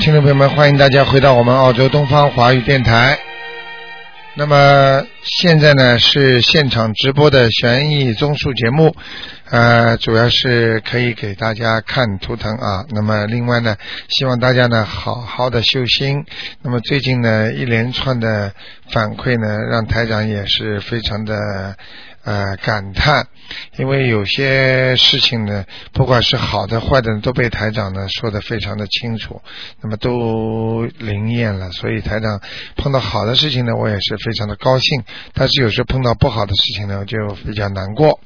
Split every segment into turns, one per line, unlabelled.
听众朋友们，欢迎大家回到我们澳洲东方华语电台。那么现在呢是现场直播的悬疑综述节目，呃，主要是可以给大家看图腾啊。那么另外呢，希望大家呢好好的修心。那么最近呢一连串的反馈呢，让台长也是非常的呃感叹，因为有些事情呢，不管是好的坏的呢，都被台长呢说的非常的清楚。那么都灵验了，所以台长碰到好的事情呢，我也是非常的高兴；但是有时候碰到不好的事情呢，我就比较难过。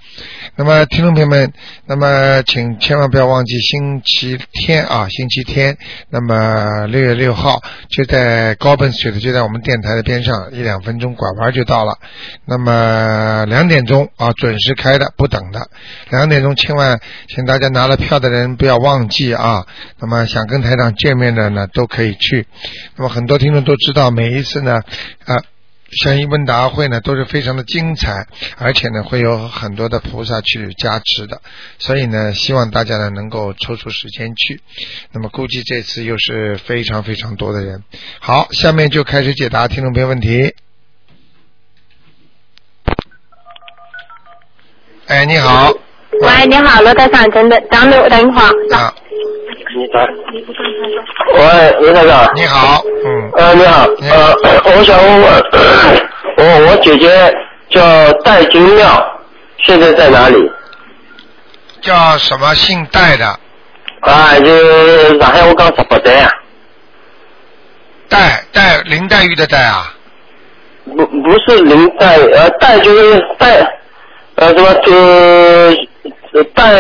那么听众朋友们，那么请千万不要忘记星期天啊，星期天，那么六月六号就在高本水的，就在我们电台的边上，一两分钟拐弯就到了。那么两点钟啊，准时开的，不等的。两点钟千万请大家拿了票的人不要忘记啊。那么想跟台长见面的呢，都可以去。那么很多听众都知道，每一次呢，啊、悬疑问答会呢都是非常的精彩，而且呢会有很多的菩萨去加持的，所以呢希望大家呢能够抽出时间去。那么估计这次又是非常非常多的人。好，下面就开始解答听众朋友问题。哎，你好，
喂，你好，罗台长，等等，等等，等一会儿。
啊，
你好，喂，刘先生。
你好，嗯，
呃，你好，
你好
呃，我想问问，呃我我姐姐叫戴金妙，现在在哪里？
叫什么姓戴的？
啊，就是上海我刚找不得呀，
戴戴林黛玉的戴啊，
不不是林黛，呃，戴就是戴，呃，什么就戴，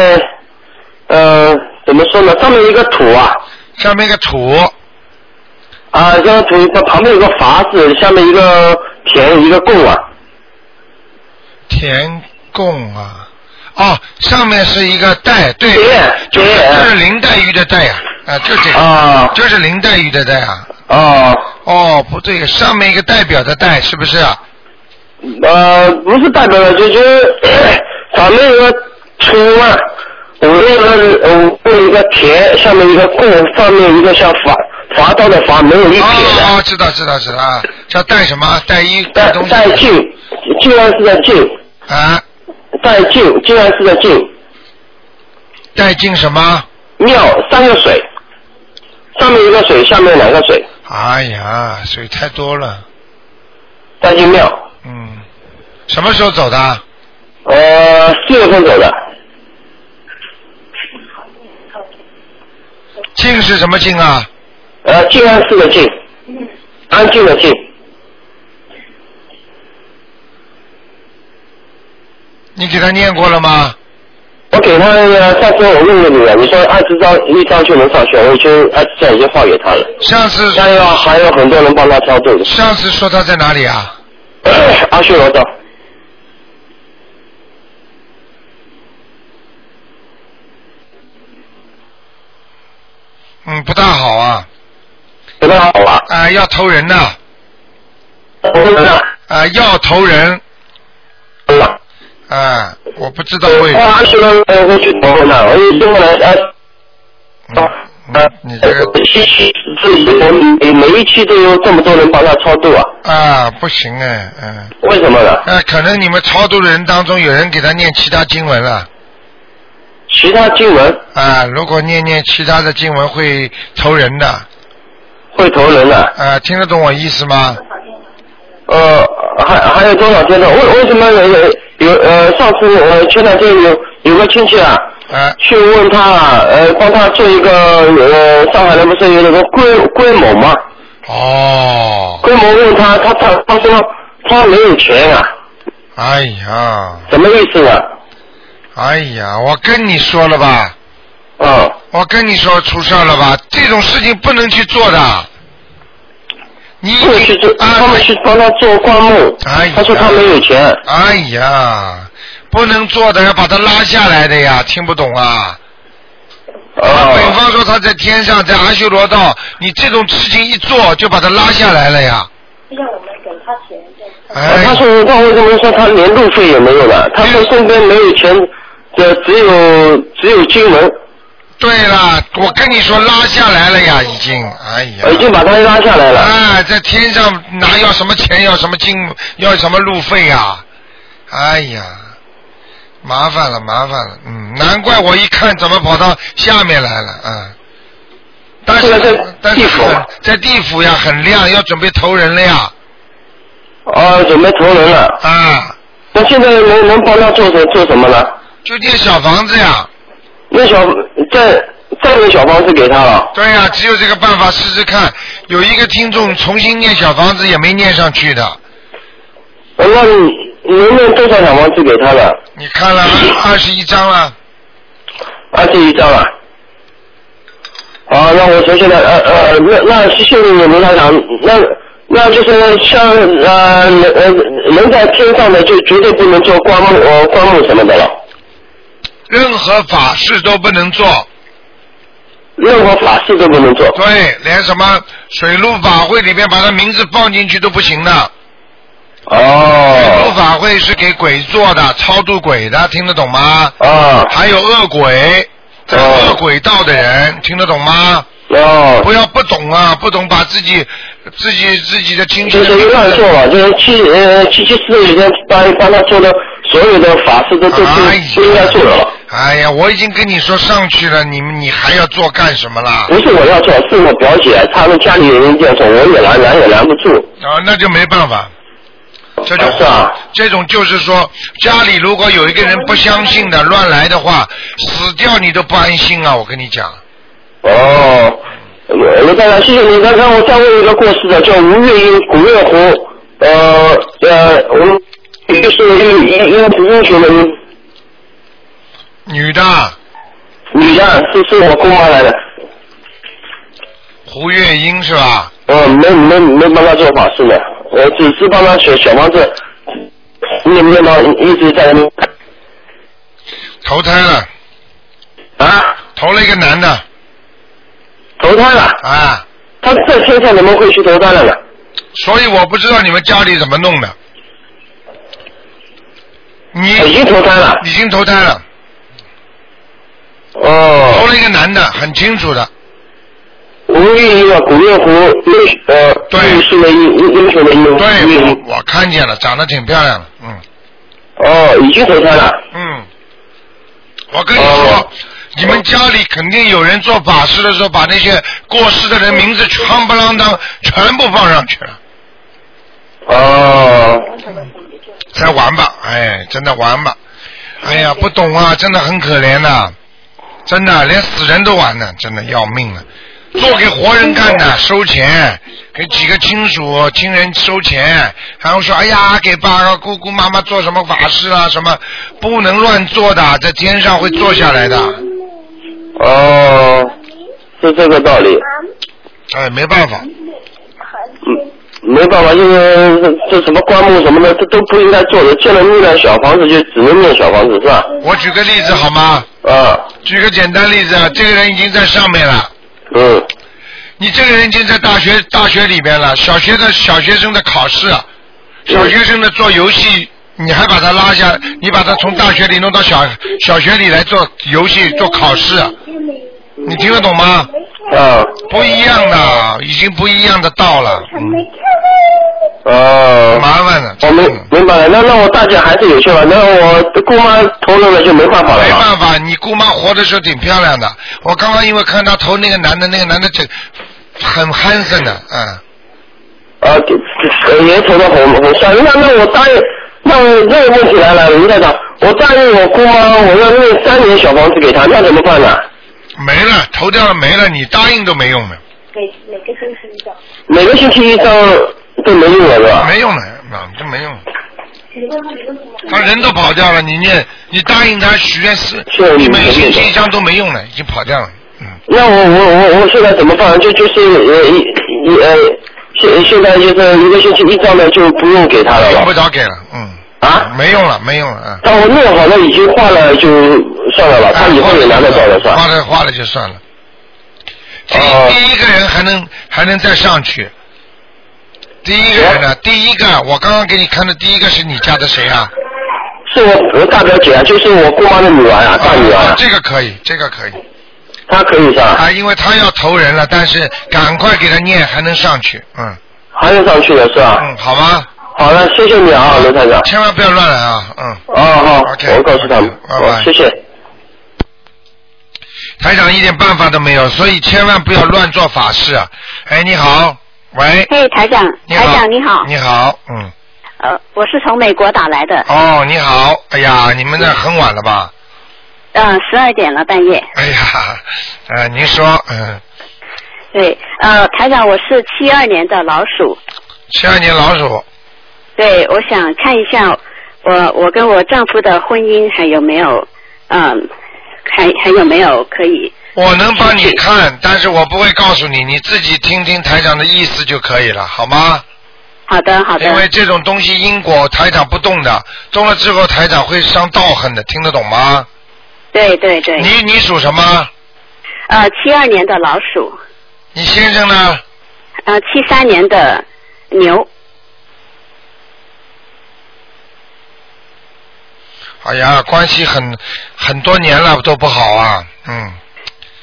呃，怎么说呢？上面一个土啊，
上面一个土，
啊，这个土旁边有个筏子，下面一个田，一个贡啊，
田共啊，哦，上面是一个黛，对，
对
就是
对
就是林黛玉的黛啊，啊，就这个，
啊，
就是林黛玉的黛啊。
哦、
哦，不对，上面一个代表的代是不是啊？
呃，不是代表的，就是 咱们有个粗啊，我们有个呃，我们有一个田，下面一个贡，上面一个像伐伐道的伐，没有一撇
哦
的。
哦，知道知道知道啊，叫代什么？代一
带
代东西
带进，竟然是在进，
啊，
带进竟然是在进，
代进什么？
庙三个水，上面一个水，下面两个水，
哎呀，水太多了，
带进庙，
嗯，什么时候走的啊？
呃，四月份走的，
进是什么进啊？
呃，静安寺的静，安静的静，
你给他念过了吗？
我给他那个上次我问了你了，你说二十张一张就能上去，我已经二十张已经发给他了，
上次。
但要还有很多人帮他挑队的
上次说他在哪里啊？
阿修罗道，
嗯，不大好啊，
不太好啊。
啊、要投人呐、啊，
我问他，
要投人，
嗯啊
啊、我不知道为什
我
么。
阿修罗呃我去投了呢，我一进来呃
嗯你你这个
一期这呃每每一期都有这么多人帮他超度啊，
啊，不行哎，嗯、
为什么呢？
呃，可能你们超度的人当中有人给他念其他经文了
其他经文
啊、如果念念其他的经文会投人的，啊、
会投人的、
听得懂我意思吗？
呃，还还有多少天呢？为为什么有有有呃，上次我前两天有有个亲戚啊，
啊、
去问他啊，呃，帮他做一个呃，上海人不是有那个龟龟某吗？
哦，
龟某问他，他他他说他没有钱啊，
哎呀，
什么意思啊呢？
哎呀，我跟你说了吧。
啊、
我跟你说出事儿了吧？这种事情不能去做的。你
他们去做，他们
啊，
去帮他做棺木，
哎呀
他说他没有钱，啊
哎呀，不能做的要把他拉下来的呀，听不懂啊？
啊、
啊，比方说他在天上，在阿修罗道，你这种事情一做就把他拉下来了呀。
啊他
让我们给他钱。哎，
说他为什么说他连路费也没有了？他说身边没有钱，呃，只有只有经文，
对了，我跟你说拉下来了呀，已经，哎呀
我，已经把它拉下来了。
哎，在天上哪要什么钱，要什么经，要什么路费呀？哎呀，麻烦了，麻烦了，嗯，难怪我一看怎么跑到下面来了，嗯。但
现在在
是，但是
地府啊
很在地府呀，很亮，要准备投人了呀，
哦，准备投人了。
啊，
那现在能能帮他做什做什么呢？
就建小房子呀，
那小再再个小方式给他了。
对呀、只有这个办法试试看。有一个听众重新念小房子也没念上去的，
呃那你能念多少小方式给他呢？
你 看了二二十一章了，
二十一张啊。啊，那我从现在呃呃，那那谢谢你卢台长，那那就是像呃呃能在天上的就绝对不能做棺木呃棺木什么的了，
任何法事都不能做，
任何法事都不能做。
对，连什么水陆法会里面把他名字放进去都不行的。水陆
哦，
法会是给鬼做的，超度鬼的，听得懂吗？
啊，
还有恶鬼，在
哦
恶鬼道的人，听得懂吗？不
哦，
要不懂啊，不懂把自己自己自己的亲戚
就
的
是乱做了，就是七呃七七四里面帮帮他做的所有的法事都都
哎呀
不不应该做的了，
哎呀，我已经跟你说上去了，你们你还要做干什么啦
不？是我要做，是我表姐他们家里人要做，我也拦拦也拦不住。
啊，那就没办法。这种
啊是啊，
这种就是说，家里如果有一个人不相信的乱来的话，死掉你都不安心啊！我跟你讲，
哦，刘站长，谢谢你。刚刚我再问一个过世的，叫吴月英，古月湖，呃呃，我们就是英英英英雄的英
女的
女的，是是我姑妈来的。
胡月英是吧？
呃，没没没帮她做法事的，我只是帮她写小房子，念念到一直在那边
投胎了，
啊，
投了一个男的
投胎了。
啊，
她在天上怎么会去投胎了呢？
所以我不知道你们家里怎么弄的。你
已经投胎了。
已经投胎了，投
哦，
了一个男的，很清楚的，
吴月英啊，古月湖，英呃，
对
英雄的英英英雄的英，
对，
英
我我看见了，长得挺漂亮的，嗯。
哦，已经投胎了。
嗯，我跟你说，
哦
你们家里肯定有人做法事的时候，把那些过世的人名字全不啷当全部放上去了，
哦，
再玩吧，哎，真的玩吧，哎呀，不懂啊，真的很可怜呐、真的连死人都玩呢，真的要命了。做给活人看
嗯
的，
嗯
收钱，给几个亲属亲人收钱，然后说哎呀，给爸爸姑姑妈妈做什么法事啊，什么不能乱做的，在天上会坐下来的。
哦，是这个道理。
哎，没办法，
嗯，没办法，因为这什么棺木什么的，这都不应该做的。建了那个小房子就只能念小房子是吧？
我举个例子好吗？
啊，
举个简单例子，啊这个人已经在上面了，
嗯，
你这个人已经在大学大学里边了，小学的小学生的考试，啊
嗯
小学生的做游戏，你还把他拉下，你把他从大学里弄到小小学里来做游戏做考试，啊你听得懂吗？
啊，
不一样的，已经不一样的道了，
哦、
麻烦了，
我明
嗯
明白了，那那我大姐还是有效了，那我姑妈投人了就没办法了
没
吧？
办法，你姑妈活的时候挺漂亮的，我刚刚因为看她投那个男的，那个男的整很憨生的，嗯。
啊，就就也投到红红山，那那我答应，那我那个问题来了，卢站长，我答应我姑妈，我要念三年小房子给她，那怎么办呢？
没了，投掉了没了，你答应都没用的，
每个星期一张都没用了是吧？
没用的，啊，这没用。他人都跑掉了，你念，你答应他许愿是
是，
你每星期一张都没用了，已经跑掉了。嗯，
那我我我我现在怎么办？就就是呃一一呃现现在就是一个星期一张的就不用给他了
用
吧？
不着给了，嗯，
啊？
没用了，没用了，啊。
但我弄好了已经换了就算了吧，他以后也拿得到了是
花
吧？
啊了花了就算了。第
哦
第一个人还能还能再上去。第一个人呢？第一个，我刚刚给你看的第一个是你家的谁啊？
是我我大表姐啊，就是我姑妈的女儿啊，大女儿
啊
啊。
这个可以，这个可以，
他可以上，
啊，因为他要投人了，但是赶快给他念，还能上去，嗯
还能上去的是吧？
嗯，好吗？
好了，谢谢你啊，卢台长。
千万不要乱来啊，嗯。
哦好，
OK，嗯
我告诉他们，
拜拜
哦谢谢。
台长一点办法都没有，所以千万不要乱做法事啊！哎，你好，喂，
嘿，哎台长，
你
台
好，
啊长你好，
你好，嗯，
呃，我是从美国打来的，
哦，你好，哎呀，你们那很晚了吧？
嗯、1十二点了半夜，
哎呀，呃，您说，嗯，
对，呃，台长，我是七二年的老鼠，
七二年老鼠，
对，我想看一下我我跟我丈夫的婚姻还有没有，嗯，还还有没有可以，
我能帮你
是
看，但是我不会告诉你，你自己听听台长的意思就可以了，好吗？
好的好
因为
的，
这种东西因果台长不动的，动了之后台长会伤道行的，听得懂吗？
对对对，
你你属什么？
呃，七二年的老鼠，
你先生呢？
呃，七三年的牛，
哎呀，关系很很多年了都不好啊，嗯，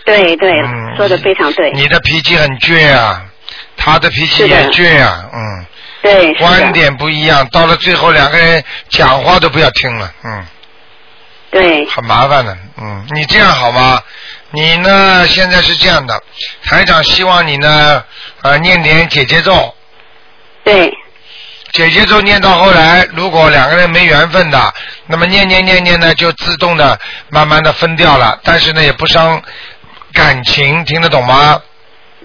对对，
嗯
说的非常对，
你的脾气很倔啊，他的脾气
是的
也倔啊，嗯，
对，是
观
的，
点不一样，到了最后两个人讲话都不要听了，嗯，
对，
很麻烦的，嗯，你这样好吗？你呢，现在是这样的，台长希望你呢，呃，念点姐姐咒，
对，
姐姐咒念到后来，如果两个人没缘分的，那么念念念念呢，就自动的慢慢的分掉了，但是呢，也不伤感情，听得懂吗？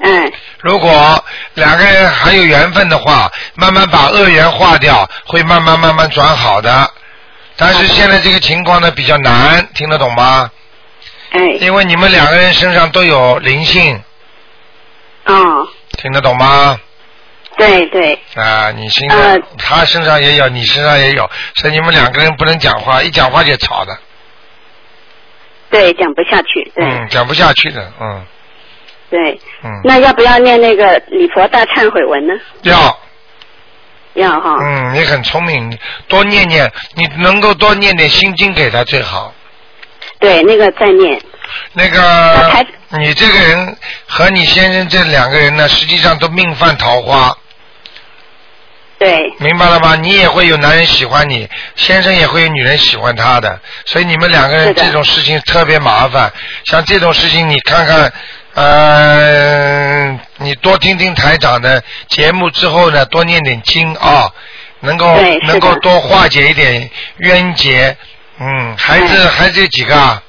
嗯，
如果两个人还有缘分的话，慢慢把恶缘化掉，会慢慢慢慢转好的。但是现在这个情况呢比较难，听得懂吗？
哎，
因为你们两个人身上都有灵性，
哦。
听得懂吗？
对对，
啊，你身上、
呃
他身上也有，你身上也有，所以你们两个人不能讲话，一讲话就吵的，
对，讲不下去，对、
嗯，讲不下去的，嗯
对。
嗯，
那要不要念那个礼佛大忏悔文呢？
要。
要哈、
嗯，你很聪明，多念念，你能够多念点心经给他最好。
对，那个再念，
那
那
个
台，
你这个人和你先生这两个人呢，实际上都命犯桃花，
对
明白了吗？你也会有男人喜欢你，先生也会有女人喜欢他的，所以你们两个人
是的
这种事情特别麻烦。像这种事情，你看看，呃，你多听听台长的节目之后呢，多念点经啊，能够
对是的
能够多化解一点冤结。嗯，孩子、
嗯
孩子有几个啊？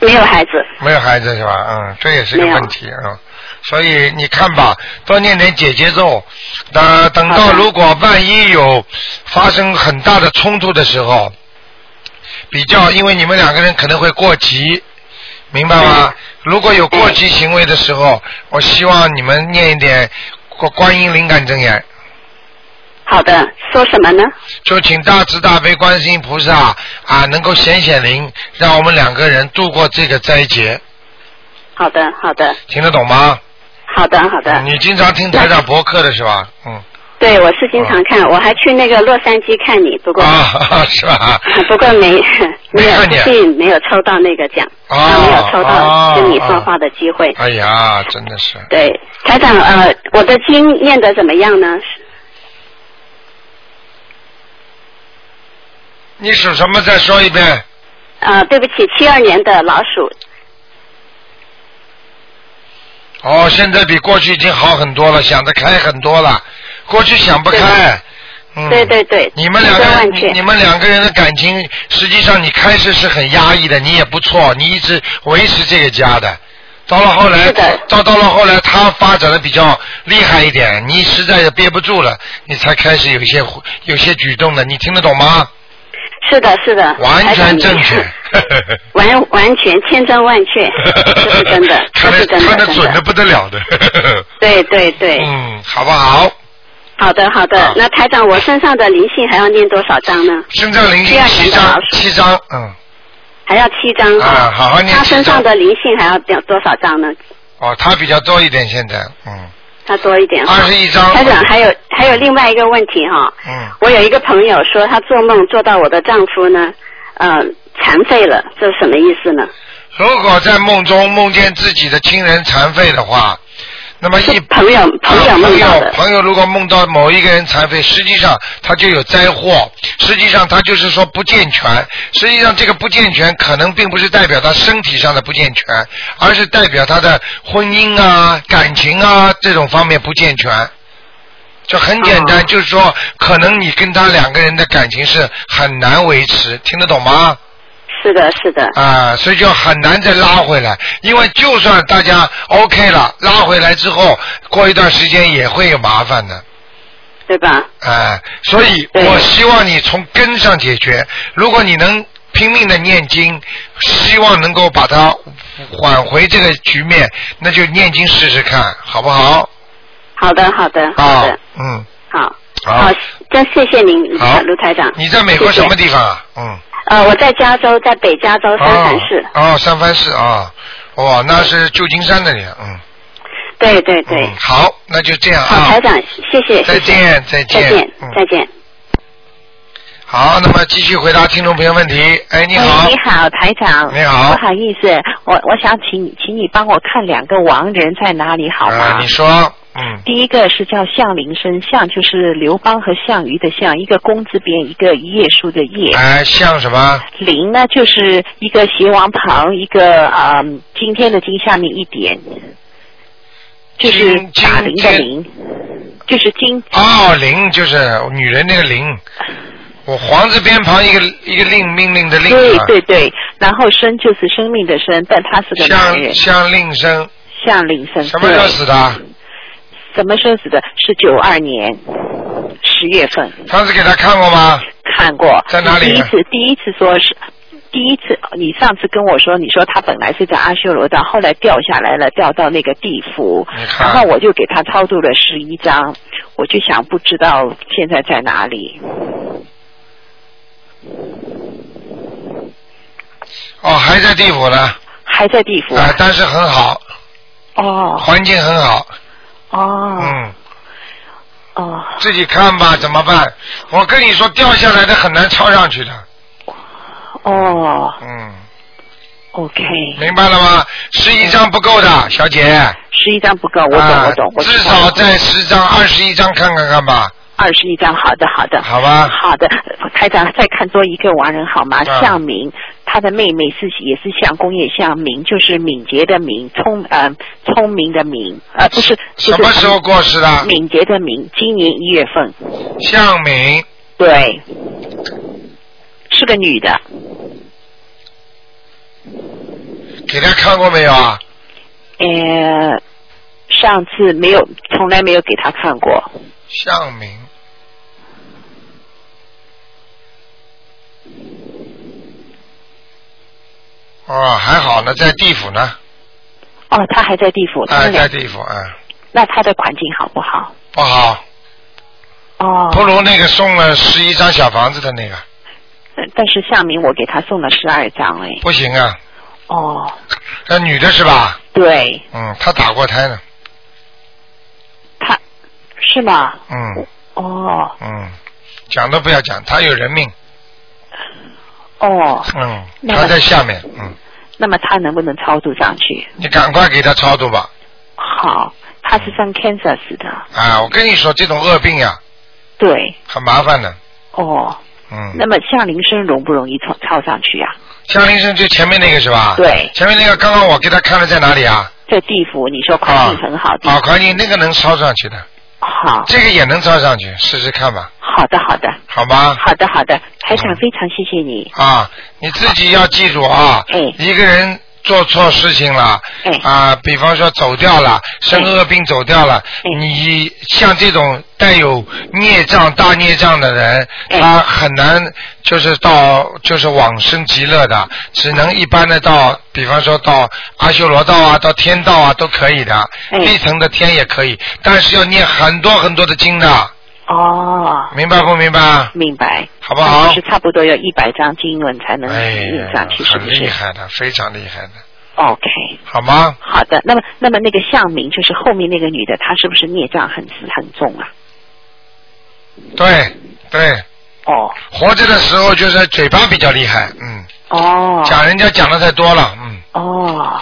没有孩子，
没有孩子是吧？嗯，这也是个问题啊、嗯。所以你看吧，多念点姐姐咒，等等
好
到
的
如果万一有发生很大的冲突的时候，比较，因为你们两个人可能会过急，明白
嗯
吗？如果有过激行为的时候，我希望你们念一点观观音灵感真言，
好的，说什么呢？
就请大慈大悲观世音菩萨啊，能够显显灵，让我们两个人度过这个灾劫，
好的，好的，
听得懂吗？
好的，好的。
你经常听台长博客的是吧？嗯。
对，我是经常看，我还去那个洛杉矶看你，不过、
哦啊，是吧？
不过没 没
没
有
看见
不幸没有抽到那个奖，
哦
啊没有抽
哦
到跟你说话的机会。
哎呀，真的是，
对，台长，呃，我的经念得怎么样呢？
你属什么？再说一遍。
呃，对不起，七二年的老鼠，
哦，现在比过去已经好很多了，想得开很多了。过去想不开。嗯。
对对对
你们两个
千真
人，
万
你
确
你们两个人的感情，实际上你开始是很压抑的，你也不错，你一直维持这个家的。到了后来
是的，
到到了后来，他发展的比较厉害一点，你实在也憋不住了，你才开始有些有些举动的，你听得懂吗？
是的，是的，
完全正确
台长。你完完全千真万 确，这是真的，这
看
是
得
真的，
看得
真
准的
的。
不得了的。
对对对，
嗯，好不好？
好的好的
啊。
那台长，我身上的灵性还要念多少章呢？
身上灵
第
性
二
七
年的
张
老，鼠
七张，嗯，
还要七章
啊好好念
他
七章
身上的灵性还要多多少章呢？
哦，他比较多一点，现在，嗯，
他多一点哈。
二十一张，
台长，还有还有另外一个问题哈，
嗯，
我有一个朋友说，她做梦做到我的丈夫呢，呃，残废了，这是什么意思呢？
如果在梦中梦见自己的亲人残废的话，那么一
是朋友朋友梦到
啊
的，
朋友如果梦到某一个人残废，实际上他就有灾祸，实际上他就是说不健全。实际上这个不健全可能并不是代表他身体上的不健全，而是代表他的婚姻啊、感情啊这种方面不健全。就很简单，
哦
就是说，可能你跟他两个人的感情是很难维持，听得懂吗？
是的，是的，
啊，所以就很难再拉回来，因为就算大家 OK 了，拉回来之后，过一段时间也会有麻烦的，
对吧？
啊，所以
对
我希望你从根上解决。如果你能拼命的念经，希望能够把它挽回这个局面，那就念经试试看，好不好？
好的，好的，
啊
好的，，
嗯，
好，
好，
真谢谢您，卢
好
卢台长。
你在美国
谢谢
什么地方啊？嗯。
呃，我在加州，在北加
呃
州三藩市。
哦。哦，三藩市啊，哦，那是旧金山那里，嗯。
对对对。
嗯，好，那就这样
好，
啊
台，长，谢谢。
再
谢谢
见，再见，
再见，
嗯，
再见。
好，那么继续回答听众朋友问题。哎，你好，
哎你好，台长。
你好
不好意思，我我想请你，请你帮我看两个亡人在哪里好
啊
吗？
你说，嗯，
第一个是叫向林生，向就是刘邦和项羽的项，一个弓字边，一个叶书的叶。
哎，像什么？
林呢，就是一个斜王旁，一个啊、嗯今天的今下面一点，就是
今今
打铃的
天
铃，就是今
哦，林就是女人那个林，我黄字边旁一个一个令命令的令
对
啊，
对对，然后生就是生命的生，但他是个男人
像，像令生，
像林生。
什么时候
对
死的？
什么时候死的？是九二年十月份
上次给他看过吗？
看过。
在哪里
你第一次第一次说是。第一次，你上次跟我说，你说他本来是在阿修罗道，后来掉下来了，掉到那个地府
你，
然
看
后我就给他超度了十一章，我就想不知道现在在哪里。
哦，还在地府呢，
还在地府
啊，但是很好，
哦
啊环境很好，
哦、
嗯。
哦，
自己看吧，怎么办？我跟你说，掉下来的很难抄上去的。
哦
嗯，
，OK，嗯
明白了吗？十一张不够的，小姐。
十一章不够，我懂，
啊
我懂，我
至少在十张、二十一张看看看吧，
二十一章，好的，好的，
好吧？
好的，台长再看多一个亡人好吗？
嗯
向明，他的妹妹是也是向工业向明，就是敏捷的敏，聪呃聪明的明，呃不是不是
什么时候过世的？
敏捷的敏，今年一月份，
向敏，
对，是个女的，
给他看过没有啊？
呃，上次没有，从来没有给她看过，
向敏。哦，还好呢，在地府呢，
哦，她还在地府，他
哎，
们
在
俩，
地府，哎，
那她的环境好不好？
不好，
哦，
不如那个送了十一张小房子的那个，
但是向明我给她送了十二张哎，
不行啊，
哦，
那女的是吧？
对。
嗯，她打过胎呢。
他是吗？
嗯
哦
嗯，讲都不要讲，她有人命。
哦，
嗯，
那
她在下面。嗯，
那么他能不能超度上去？
你赶快给她超度吧。
好，他是上 cancer 死的，
啊，我跟你说，这种恶病呀、
对，
很麻烦的。
哦，
嗯
那，么向林生容不容易超超上去啊？
江林生就前面那个是吧？。
对，
前面那个刚刚我给他看了在哪里啊？
在地府你说环境很好，地
啊，可以，那个能抄上去的，
嗯好，
这个也能抄上去，试试看吧，
好的好的，
好吗？
好的好的，台长
嗯
非常谢谢你，
啊，你自己要记住啊，
哎
一个人做错事情了，
哎
啊，比方说走掉了，生
哎
恶病走掉了，
哎
你像这种带有孽障、大孽障的人，
哎
他很难就是到就是往生极乐的，只能一般的到，比方说到阿修罗道啊，到天道啊都可以的，
哎
一层的天也可以，但是要念很多很多的经的，
哦，
明白不明白？
明白，
好不好
那就是差不多要一百张经文才能
哎
印
呀
上，去，嗯是
很
不
厉
是
害的，非常厉害的，
？OK。
好吗？
好的，那么那么那个向明就是后面那个女的，她是不是孽障很很重啊？
对对，
哦，
哦
活着的时候就是嘴巴比较厉害，嗯，
哦
讲人家讲的太多了，嗯，
哦，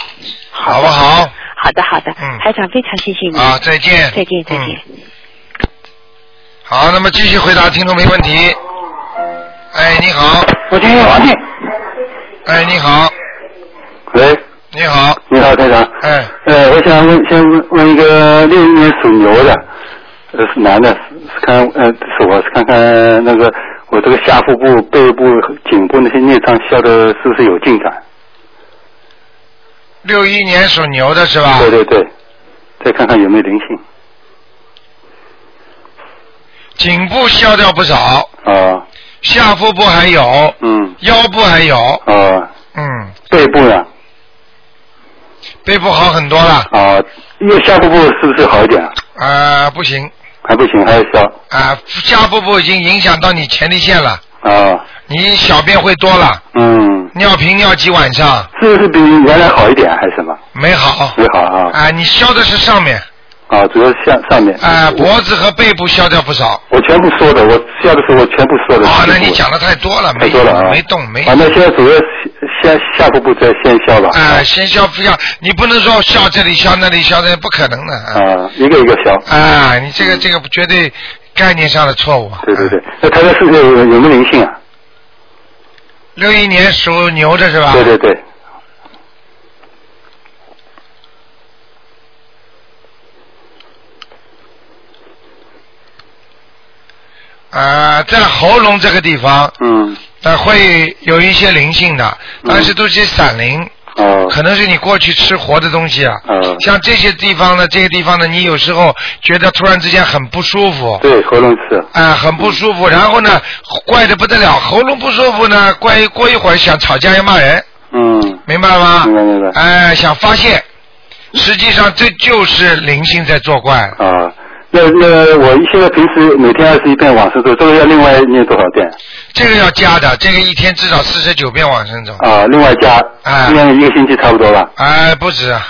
好不好？
好的好的，
嗯
台长非常谢谢你，
啊，再见。
再见再见
嗯。好，那么继续回答听众没问题。哎，你好，
我听见，我听。
哎，你好，
喂，
你好，
你好，台长。
哎，
呃，我想问，先问问一个六一年属牛的，呃，是男的，是是看呃，是我是看看那个我这个下腹部、背部、颈部那些孽障消的是不是有进展？
六一年属牛的是吧？
对对对，再看看有没有灵性
颈部消掉不少，
啊，
下腹部还有，
嗯
腰部还有，
啊，
嗯，
背部呢
背部好很多了，
啊，因为下腹部是不是好一点啊？
啊、不行，
还不行，还要消
啊、下腹部已经影响到你前列腺了，
啊，
你小便会多了，
嗯，
尿频尿急晚上
是不是比嗯原来好一点还是什么？
没好，
你好啊
啊、你消的是上面，
啊，主要是下上面
啊、脖子和背部消掉不少，
我全部说的，我笑的时候我全部说的。
啊，那你讲的太多了，
太
没
多了啊！
没动没。
啊，那现在主要先下步步再先笑吧。
啊，先消不消？你不能说笑这里消那里消的，不可能的啊！
啊，一个一个笑。
啊，你这个这个绝对概念上的错误啊。
对对对，那他的是不是有有没有灵性啊？
六一年属牛的是吧？
对对对，
啊，在喉咙这个地方，
嗯，
呃，会有一些灵性的，但是都是些散灵，
哦，
可能是你过去吃活的东西啊。
嗯
像这些地方呢，这些地方呢，你有时候觉得突然之间很不舒服。
对，喉咙是，
啊、很不舒服，然后呢，怪的不得了，喉咙不舒服呢，怪一过一会儿想吵架要骂人，
嗯，
明白吗？
明白明白。
哎、想发泄，实际上这就是灵性在作怪。
啊，那那我现在平时每天二十一遍往生咒，这个要另外念多少遍？
这个要加的，这个一天至少四十九遍往生咒。哎、
啊，另外加
哎
念一个星期差不多吧？
不止，啊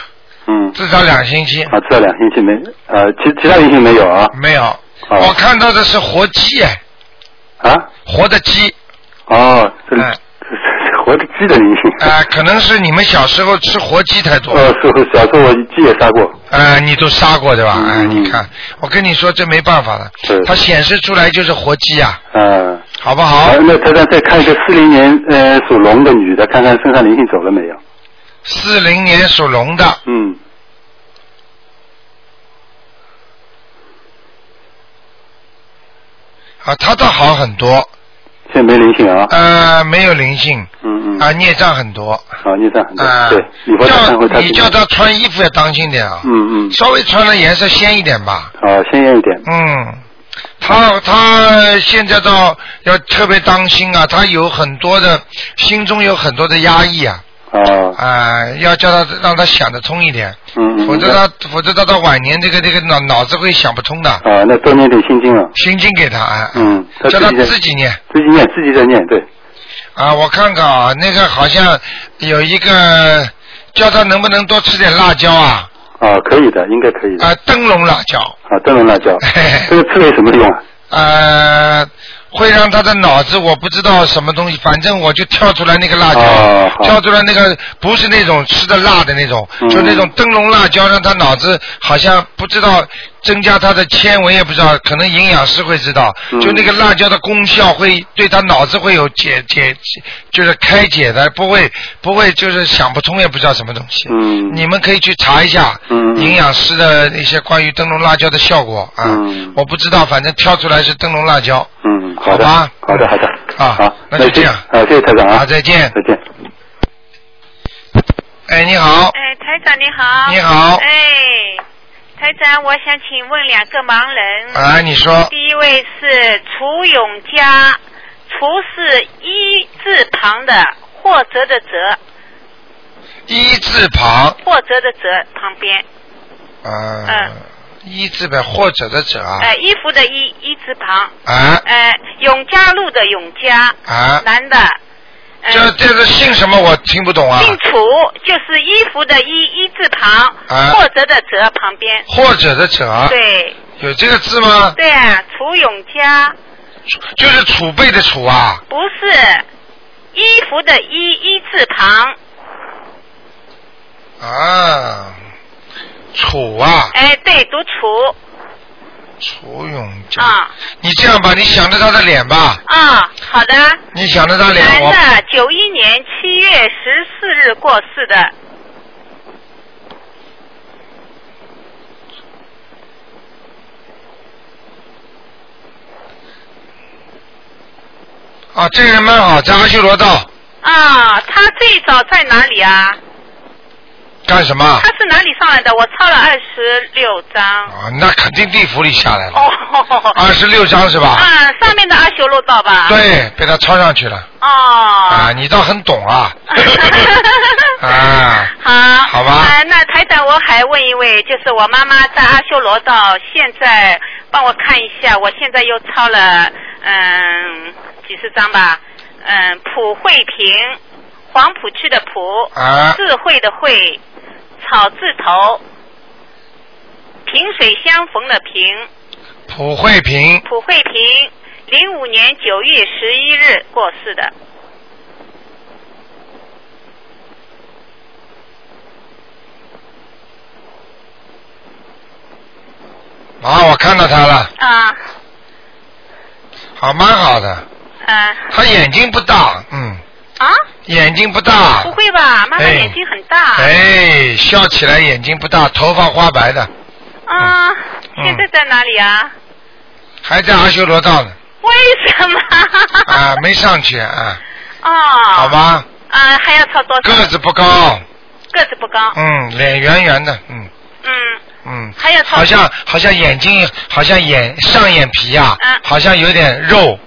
嗯，
至少两星期。
啊，这两星期没，呃，其其他灵性没有啊？
没有，
啊
我看到的是活鸡，哎，
啊？
活的鸡，
哦，这
哎
这活的鸡的灵性。
啊、可能是你们小时候吃活鸡太多，
呃，是小时候我鸡也杀过。
啊，你都杀过对吧？啊，
嗯
你看，我跟你说这没办法了
是，
它显示出来就是活鸡啊，
嗯、
好不好
好，？那台长再看一个四零年呃属龙的女的，看看身上灵性走了没有？
四零年属龙的，
嗯，
啊，他倒好很多，
现在没灵性啊。
呃，没有灵性，
嗯嗯。
啊，孽障很多，
好，你这样很多。
啊
对，礼，佛大忏悔
叫
大
你叫他穿衣服要当心点啊，
嗯嗯。
稍微穿的颜色鲜一点吧，
好，鲜啊艳一点。
嗯，他他现在倒要特别当心啊，他有很多的心中有很多的压抑啊，
啊，
啊、要叫他让他想得通一点，
嗯嗯。
否则他否则他到晚年这个这个脑脑子会想不通的，
那啊，那多念点心经啊。
心经给他啊，
嗯，
叫他
自己在
自己念。
自己念，自己在念，对。
啊，我看看啊，那个好像有一个叫他能不能多吃点辣椒啊？
啊，可以的，应该可以的。
啊，灯笼辣椒，，
啊，灯笼辣椒这个吃了有什么用啊？
呃，会让他的脑子我不知道什么东西，反正我就跳出来那个辣椒，
哦好
跳出来那个不是那种吃的辣的那种，
嗯
就那种灯笼辣椒，让他脑子好像不知道增加他的纤维，也不知道，可能营养师会知道，
嗯
就那个辣椒的功效会对他脑子会有解解，解就是开解的，不会不会就是想不通，也不知道什么东西。
嗯。
你们可以去查一下
嗯嗯
营养师的那些关于灯笼辣椒的效果啊
嗯，
我不知道，反正跳出来是灯笼辣椒。
嗯，好的，
好吧
好的，好的，
啊
好，
那就这样
谢啊，谢谢台长
好，
啊，
再见。
再见。
哎，你好，
哎，台长你好。
你好，
哎，台长，我想请问两个盲人。
啊，你说
第一位是楚永佳，楚是一字旁的，或者的折，
一字旁，
或者的折旁边，
呃
嗯，
一字旁或者的者啊，
呃，衣服的衣，一字旁，
啊
呃，永嘉路的永嘉，
啊，
男的，呃
这这是姓什么？我听不懂啊。
姓楚，就是衣服的衣，一字旁，
啊
或者的折旁边，
或者的者，啊
对，
有这个字吗？
对啊，楚永嘉。
就是储备的储啊，
不是，衣服的衣一字旁，
啊，楚啊，
哎，对，读楚
楚永佳。
啊
你这样吧，你想着他的脸吧，
啊，好的。
你想着他脸，
男
我
的，九一年七月十四日过世的，
啊，这个人蛮好，在阿修罗道
啊，他最早在哪里啊？
干什么？
他是哪里上来的？我抄了二十六章。
啊，那肯定地府里下来了，
哦，
二十六章是吧？
啊，上面的阿修罗道吧？。
对，被他抄上去了。
啊哦。
啊，你倒很懂 啊。啊，
好，
好吧
啊，那台长，我还问一位，就是我妈妈在阿修罗道，现在帮我看一下，我现在又抄了嗯几十张吧，嗯，普惠平，黄浦区的浦，
啊
智慧的慧，草字头，萍水相逢的萍，
普惠平，
普惠平，零五年九月十一日过世的，
啊，我看到他了，
啊，
好，蛮好的。
嗯、
他眼睛不大，嗯，
啊。
眼睛不大
不，会吧？妈妈
哎
眼睛很大。
哎，笑起来眼睛不大，头发花白的，
啊，
嗯
现在在哪里啊？
还在阿修罗道呢，
为什么？
啊，没上去啊，
哦。
好。吧，
啊，还要超多少？
个子不高，
个子不高。
嗯，脸圆圆的，嗯
嗯。
嗯，
还有超
好像好像眼睛好像眼上眼皮呀、
嗯
好像有点肉，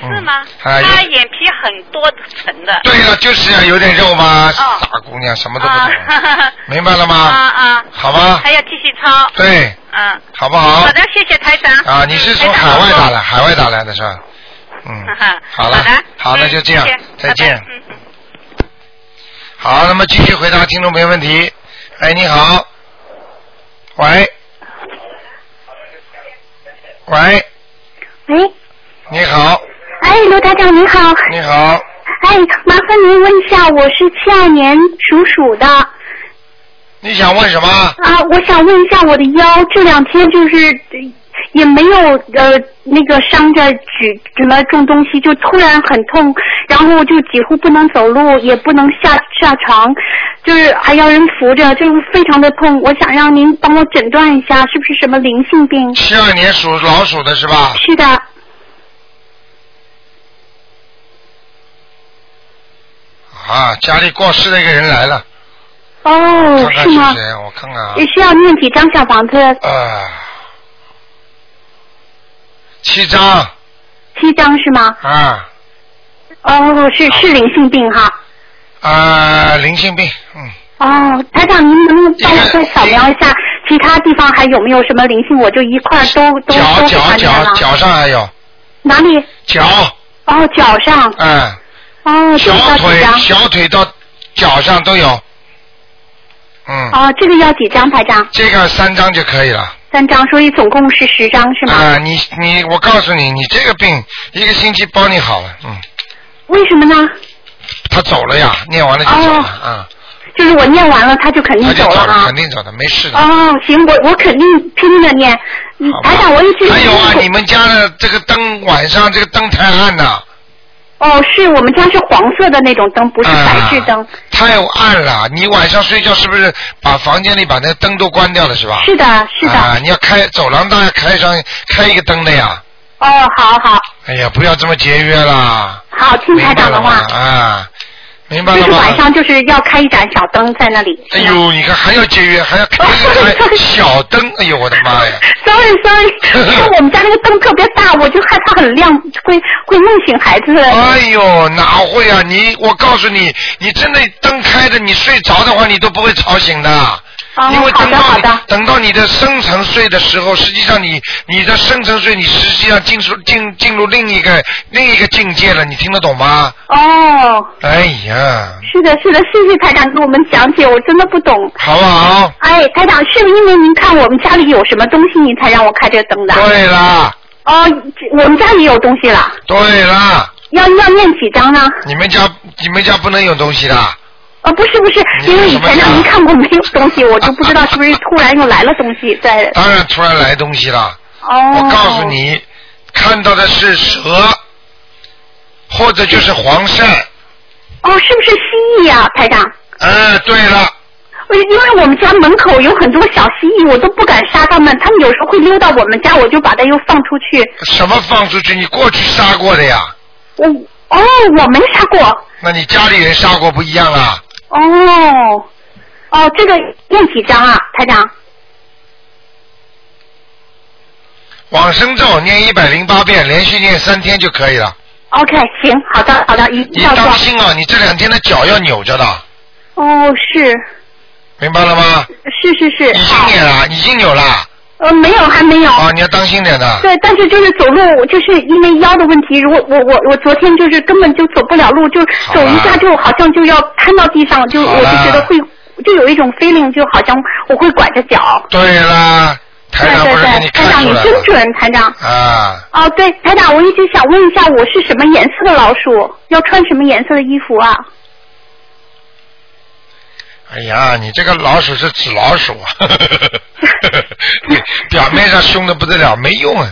嗯
是吗？
啊，有
她眼皮很多层的。
对了，就是啊，有点肉嘛，
哦
傻姑娘什么 都不
啊
懂，明白了吗？
啊啊！
好吧
还，要继续超。
对，
嗯。
好不好？
好的，谢谢台长。
啊，你是从
台长
海外
好
打来，海外打来的是吧？嗯
哈哈，
好了
好的，，
好，那
嗯
就这样
谢谢，
再见
拜。拜嗯嗯
好，那么继续回答听众朋友问题。哎，你好，喂，喂，
嗯
喂，
你好，
哎，罗台长您好，
你好，
哎，麻烦您问一下，我是七二年属鼠的啊，
你想问什么？
我想问一下我的腰，这两天就是呃也没有呃那个伤着举什么重东西，就突然很痛，然后就几乎不能走路，也不能下下床，就是还要人扶着，就是非常的痛。我想让您帮我诊断一下，是不是什么灵性病？
七二年属老鼠的是吧？
是的，
啊，家里过世的一个人来了，
哦
看，看
是
是
吗？
谁，我看看啊，
需要念几张小房子？
啊，七张
七张是吗？
啊
哦，是是灵性病哈。
啊，灵性病，嗯，
哦，台长，您能不能帮我再扫描一下其他地方还有没有什么灵性？我就一块儿都都
脚
都给
脚
他念
脚
了。
脚上还有
哪里？
脚，
哦，脚上。
嗯，
哦，这个
小
要几
腿
张？
小腿到脚上都有，嗯，
哦，这个要几张，台长？
这个三张就可以了。
三张，所以总共是十张是吗？
啊，你你我告诉你，你这个病一个星期包你好了，嗯，
为什么呢？
他走了呀，念完了就走了，啊，
就是我念完了，他就肯定
他就
哦走了
了，
啊
肯。定走的，没事的。
哦，行，我我肯定拼命的念。嗯
好吧
台长，我一直
还有啊，你们家的这个灯晚上这个灯太暗了，
哦，是我们家是黄色的那种灯，不是白炽灯。
啊太暗了。你晚上睡觉是不是把房间里把那灯都关掉了是吧？
是的，是的。
啊，你要开走廊当然开上开一个灯的呀。
哦，好好
哎呀，不要这么节约啦，
好，听
明
台
白
长的
了吗？
话。
啊，明白
就
了
是晚
吗？
上就是要开一盏小灯在那里。
哎呦，你看还要节约，还要开一 盏小灯，哎呦我的妈呀！
，sorry sorry，因为我们家那个灯特别大，我就害怕很亮，会会弄醒孩子。
哎呦，哪会啊！你，我告诉你，你真的灯开着，你睡着的话，你都不会吵醒的。
哦
因为
好
等
的
到
好
你
的，
等到你的深层睡的时候，实际上你你的深层睡，你实际上进入进进入另一个另一个境界了，你听得懂吗？
哦，
哎呀，
是的是的，谢谢台长给我们讲解，我真的不懂。
好不好？
哎，台长，是因为您看我们家里有什么东西，您才让我开这个灯的？啊
对啦，
哦，这我们家也有东西了。
对啦，
要要念几张呢？
你们家你们家不能有东西的，
啊，不是不是，因为以前让您看过没有东西，我就不知道是不是突然又来了东西在。
当然突然来东西了。
哦。
我告诉。你，看到的是蛇，或者就是黄鳝。
哦，是不是蜥蜴呀、台长？
嗯，对了，
我因为我们家门口有很多小蜥蜴，我都不敢杀它们，它们有时候会溜到我们家，我就把它又放出去。
什么放出去？你过去杀过的呀？
我哦，我没杀过。
那你家里人杀过不一样啊啦？
哦，哦，这个念几张啊，台长？
往生咒念一百零八遍，连续念三天就可以了。
OK，行，好的，好的，一定
你
要做。
当心啊，你这两天的脚要扭着的，
哦，是，
明白了吗？
是是是，
已经扭了，已经扭了。
呃，没有，还没有。
啊，你要当心点的。
对，但是就是走路，我就是因为腰的问题，如果我我我昨天就是根本就走不了路，就
好
走
啦
一下就好像就要瘫到地上，就
好
我
啦
就觉得会就有一种 feeling，就好像我会拐着脚。
对啦，
对
台长
对
不是给
对
你，
台
看
长
出
你
来
真
了
准，台长。
啊？
哦，对，台长，我一直想问一下，我是什么颜色的老鼠？要穿什么颜色的衣服啊？
哎呀，你这个老鼠是纸老鼠啊！ 你表面上凶的不得了，没 用啊！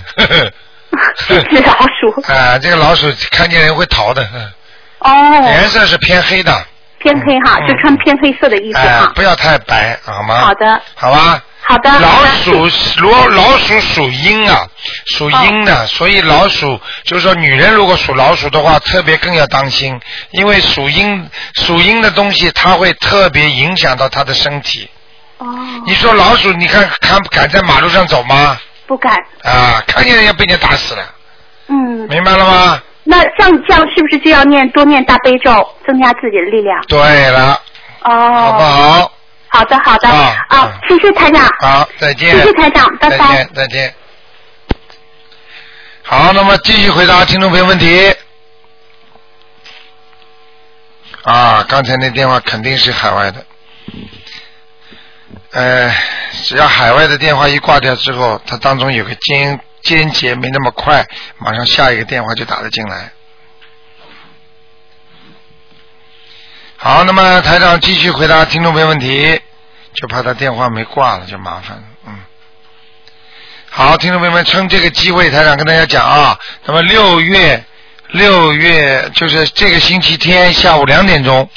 是老鼠。
啊，这个老鼠看见人会逃的，嗯
哦，
颜色是偏黑的，
偏黑哈，
嗯
就穿偏黑色的衣服
哎、啊
哈。
不要太白，好吗？
啊好，的，
好吧。
好的。
老
好的
鼠老老鼠属阴啊，属阴
哦
的，所以老鼠就是说，女人如果属老鼠的话，特别更要当心，因为属阴属阴的东西，它会特别影响到她的身体。
哦，
你说老鼠，你看看敢在马路上走吗？
不敢。
啊，看见人家被人家打死了，
嗯，
明白了吗？
那这样这样是不是就要念多念大悲咒，增加自己的力量？
对了，好不
哦，
好？
好的好的
啊
啊，谢谢台长，
好，再见。
谢谢台长，拜
再
拜
见。，再见。好，那么继续回答听众朋友问题。啊，刚才那电话肯定是海外的。呃，只要海外的电话一挂掉之后，它当中有个间间接没那么快，马上下一个电话就打得进来。好，那么台长继续回答听众朋友问题，就怕他电话没挂了，就麻烦了，嗯。好，听众朋友们，趁这个机会，台长跟大家讲啊，那么六月六月就是这个星期天下午两点钟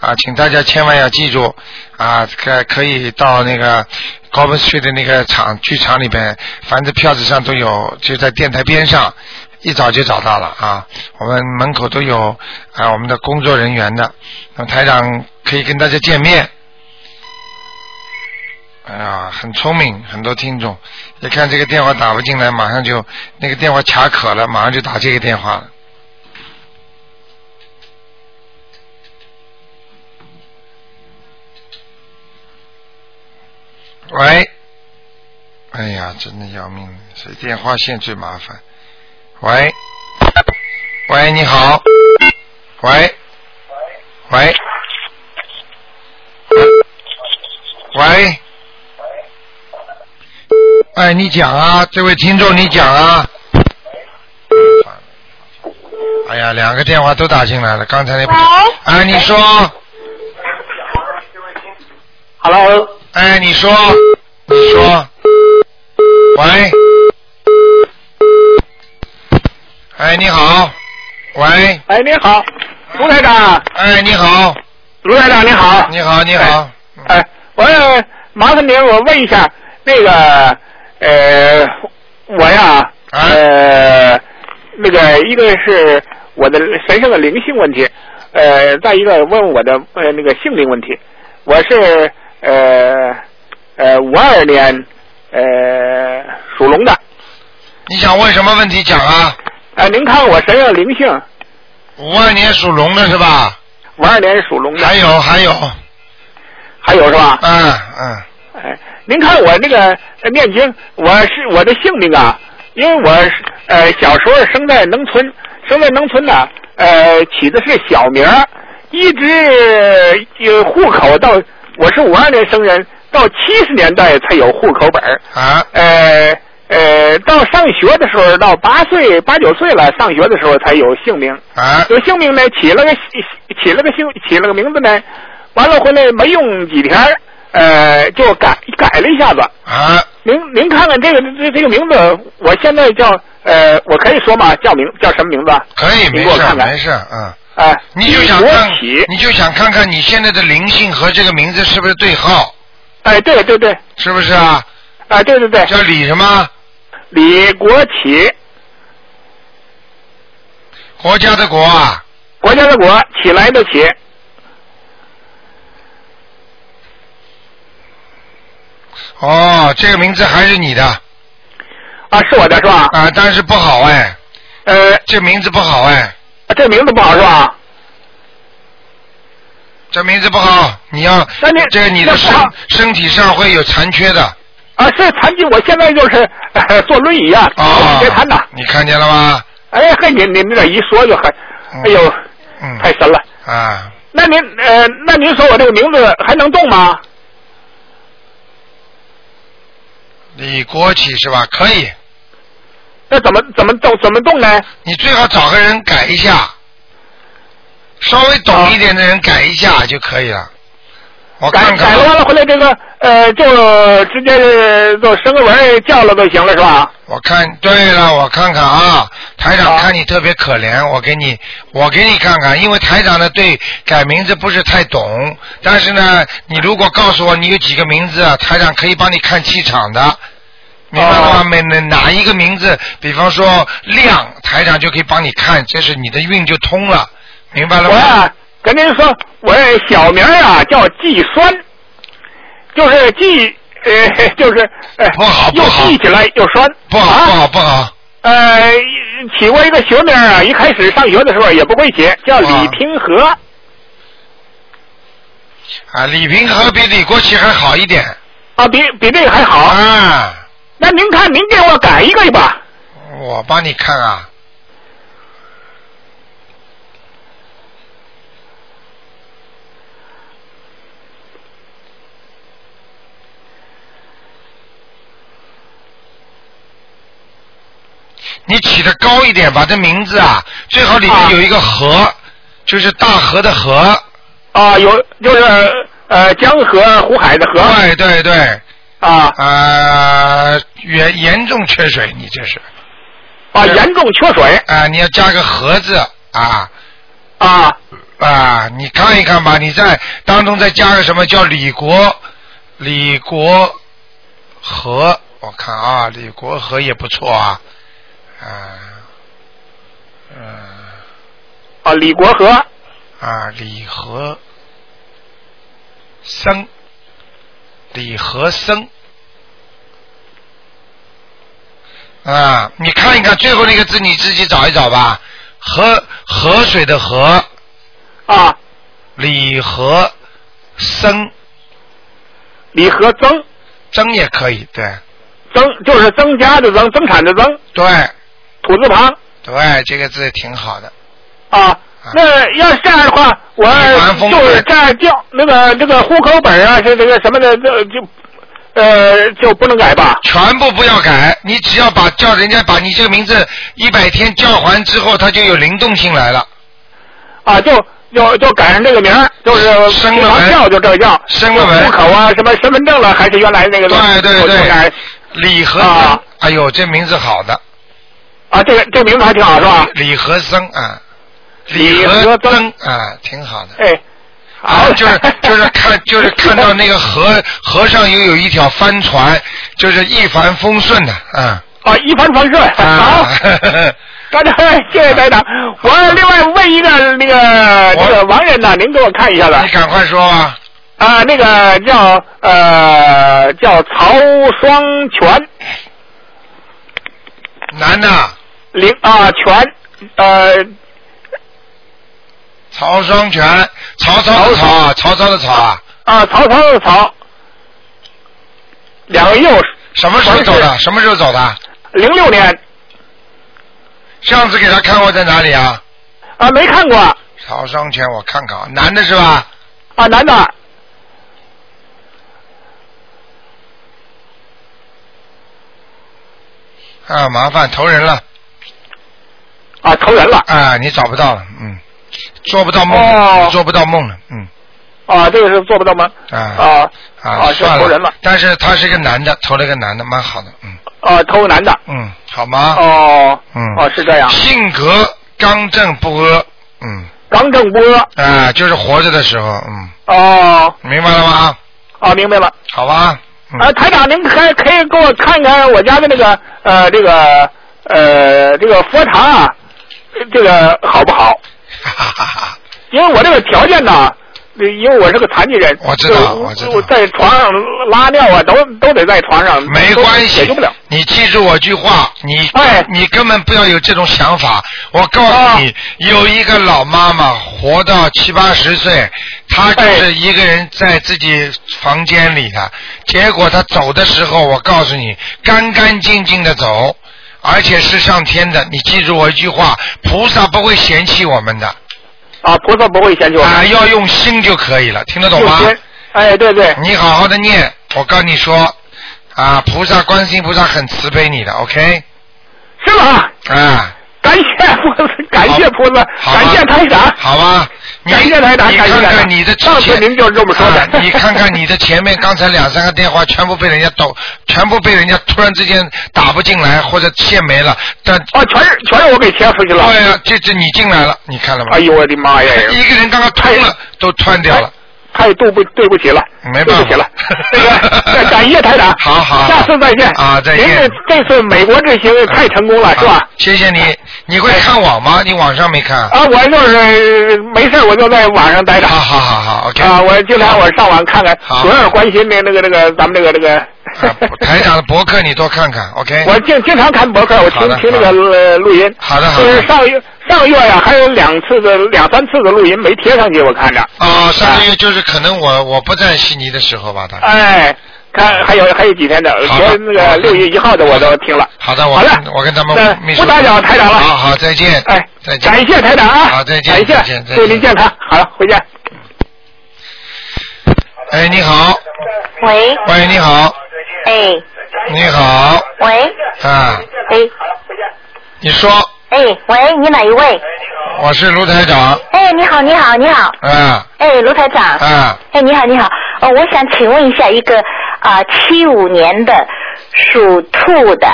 啊，请大家千万要记住啊，可可以到那个高文区的那个场剧场里边，反正票子上都有，就在电台边上。一早就找到了啊，我们门口都有啊，我们的工作人员的。那么台长可以跟大家见面，哎呀，很聪明，很多听众。一看这个电话打不进来，马上就那个电话卡壳了，马上就打这个电话了。喂，哎呀，真的要命了，这电话线最麻烦。喂，喂，你好，喂，喂，喂。哎，你讲啊，这位听众，你讲啊。哎呀，两个电话都打进来了，刚才那不
喂
哎，你说，
Hello，
哎，你说，你说，喂，哎，你好，喂，
哎，你好，卢台长，
哎，你好，
卢台长你好，
你好，你好，
哎，我要麻烦您，我问一下，那个，呃，我呀，
啊
呃，那个一个是我的身上的灵性问题，呃，再一个问我的呃那个性灵问题，我是呃呃五二年呃属龙的，
你想问什么问题讲啊？
呃，您看我身上的灵性，
五二年属龙的是吧？
五二年属龙的，
还有还有，
还有是吧？
嗯嗯，
哎，您看我那个呃念经，我是我的姓名啊，因为我是呃小时候生在农村，生在农村呢，呃起的是小名儿，一直呃户口到我是五二年生人，到七十年代才有户口本儿，
啊
呃呃，到上学的时候，到八岁、八九岁了，上学的时候才有姓名。
啊，
有姓名呢，起了个起了个姓，起了个名字呢，完了回来没用几天，呃，就改改了一下子。
啊，
您您看看这个这这个名字，我现在叫呃，我可以说吗？叫名叫什么名字？
可以，
你
没
给我
事儿
看看
没事儿，嗯。
哎、
你就想
李国
看
启，
你就想看看你现在的灵性和这个名字是不是对号，
哎，对对对，
是不是啊？
哎，对对对，
叫李什么？
李国启，
国家的国啊？
国家的国，起来的起，
哦，这个名字还是你的
啊，是我的是吧？
啊，但是不好哎，
呃，啊
这名字不好哎，
这名字不好是吧？
这名字不好，你要
那你
这个你的
那
身
不好
身体上会有残缺的
啊，是残疾，我现在就是、 呃坐轮椅啊，
哦
别谈呐。，
你看见了吗？
哎嘿，你你那一说就很，哎呦，
嗯
太神了。
啊，
那您呃，那您说我这个名字还能动吗？
李国启是吧？可以，
那怎么怎么动怎么动呢？
你最好找个人改一下，稍微
啊
懂一点的人改一下就可以了。我
改
看看
改了完
啊，
了回来这个呃，就直接就生个文儿叫了就行了是吧？
我看对了，我看看啊，台长
好
看你特别可怜，我给你我给你看看，因为台长呢对改名字不是太懂，但是呢，你如果告诉我你有几个名字，啊，台长可以帮你看气场的。明白了吗？
哦
每哪哪一个名字，比方说亮，台长就可以帮你看，这是你的运就通了，明白了
我
吗？
呀、跟您说，我这小名儿啊叫季酸，就是季呃 就是呃
不好不
又
好
记起来又酸，
不好，
啊
不好，不好。
呃，起过一个学名啊，一开始上学的时候也不会写，叫李平和。
啊，李平和比李国旗还好一点。
啊，比比这个还好。
啊，
那您看，您给我改一个吧。
我帮你看啊。你起的高一点，把这名字啊，最好里面
啊
有一个河，就是大河的河。
啊，有就是呃，江河、湖海的河
对对对，
啊
呃，严严重缺水，你这是。
啊，严重缺水
啊，你要加个盒子啊
啊
啊，你看一看吧，你在当中再加个什么叫李国李国和，我看啊，李国和也不错啊，啊，嗯
啊，李国和
啊，李和生，李和生。啊，你看一看最后那个字，你自己找一找吧。河河水的河，
啊，
李和生
李和增
增也可以，对
增就是增加的增，增产的增，
对
土字旁
对，这个字挺好的。
啊。那要是这样的话，我
一帆风顺
就是这样调那个这个户口本啊，是这个什么的，这就呃就不能改吧？
全部不要改，你只要把叫人家把你这个名字一百天叫还之后，它就有灵动性来了。
啊，就就就赶上这个名儿，就是
生
平
了
常
文
叫就这个叫，
生了文
户口啊，什么身份证了，还是原来那个
对对
我就
对
改，
李和
啊
生，哎呦，这名字好的，
啊，这个这名字还挺好是吧？
李和生啊，
李
和
和
生
增
啊，挺好的。
哎，
啊，就是就是 看就是看到那
个
个河河上又有一条帆船，就是一帆风顺的，啊
啊，一帆风顺，好
啊，，
大家谢谢台长。我另外问一个那个
我
这个亡人呢，您给我看一下子
你赶快说啊，
啊，那个叫呃叫曹双全，
男的
零啊全呃
曹双全，曹操的曹啊，曹操的曹啊，
啊曹操的曹，两个右
什么时候走的？什么时候走的？
零六年
上次给他看过在哪里啊？
啊，没看过啊，
曹双全，我看看，啊，男的是吧？
男的
啊，麻烦投人了
啊，投人了
啊，你找不到了，嗯，做不到梦，
哦
做不到梦了，嗯
啊，这个是做不到吗？
啊
啊
啊，
就
算
投人了
但是他是个男的，投了个男的，蛮好的，嗯
啊，投男的
嗯，好吗？
哦
嗯
哦是这样，
性格刚正不阿，嗯
刚正不阿
啊，就是活着的时候，嗯，
哦
明白了吗？
哦明白了。
好吧，嗯
啊，台长，您还可以给我看看我家的那个呃，这个呃，这个佛堂啊，这个好不 好？
哈哈哈，
因为我这个条件呢，因为我是个残疾人，
我知道
就
我知道
在床上拉尿啊，都都得在床上，
没关
都
系
解决不了。，
你记住我句话，你
哎哦
你根本不要有这种想法。我告诉你，有一个老妈妈活到七八十岁，她就是一个人在自己房间里的，结果她走的时候，我告诉你，干干净净的走，而且是上天的。你记住我一句话，菩萨不会嫌弃我们的，
啊，菩萨不会嫌弃我，
啊，要用心就可以了，听得懂吗？
有些哎，对对，
你好好的念，我跟你说，啊，菩萨观世音菩萨很慈悲你的，OK？
是吧？
啊，
感谢菩萨，感谢菩萨，
好吧
感谢台长。
好吧？你
感谢台长
你
感谢
看
台
看
长
你的
上次
前
您就是这么说的
啊你看看你的前面刚才两三个电话全部被人家抖， 全部被人家突然之间打不进来或者线没了，但
哦，全是全是我给切出去了。
对呀，这这你进来了，你看了吗？
哎呦我的妈呀！
一个人刚刚通了都断掉了。
太对不对不起了，
没办
对
法
不起了。那个感谢台长，
好好
下次再见
啊再见
您这这次美国之行太成功了，是
啊
吧？
谢谢你，你会看网吗？你网上没看啊？
啊，我就是没事儿我就在网上待着。
好好好好，OK。
啊，我经常我上网看看
好，
主要是关心那那个那个咱们这个这个。
啊 台长的博客你多看看，OK。
我经经常看博客，我听
好的
听那
好
个
的
呃录音。
好的好的
就是上个月上个月呀，还有两次的两三次的录音没贴上去，我看着。
啊，上个月就是可能我我不在悉尼的时候吧，大概。
哎，看还有还有几天的，
好
昨
的
那个六月一号的我都听了。
好的，我
好了
跟我跟他
那
们秘书。
不打扰台长了
好好，再见。
哎，
再见。
感谢台长啊！
好再见再
感谢
见再见
祝您健康。好了，回见。
哎，你好，
喂，
喂，你好，
哎，
你好，
喂，
啊，
哎，
你说
哎，喂，你哪一位？
我是卢台长，
哎，你好，你好，你好，
啊
哎，卢台长，
啊，
哎，你好，你好，哦，我想请问一下一个啊，七、五年的属兔的，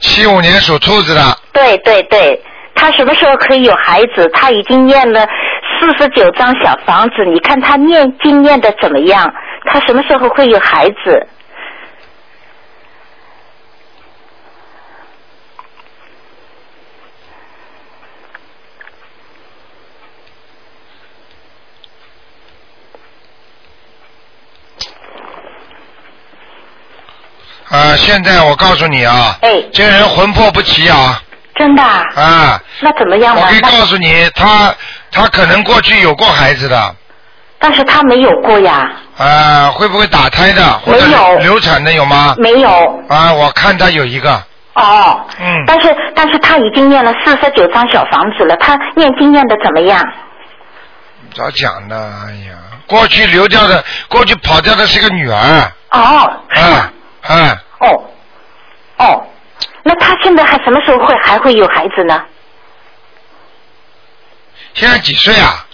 七五年属兔子的，
对对对，他什么时候可以有孩子？他已经念了四十九张小房子，你看他念经念的怎么样？他什么时候会有孩子？
啊，现在我告诉你啊，
哎，
这个人魂魄不齐啊，
真的啊？
啊，
那怎么样
我
嘛
可以？
那
告诉你，他他可能过去有过孩子的，
但是他没有过呀，
啊，会不会打胎的或者
没有
流产的有吗？
没有。
啊，我看他有一个，
哦，
嗯
但是但是他已经念了四十九张小房子了，他念经念的怎么样？
早讲呢，哎呀，过去流掉的，过去跑掉的是个女儿，
哦，是
啊
啊，
啊，
哦，哦，那他现在还什么时候会还会有孩子呢？
现在几岁啊？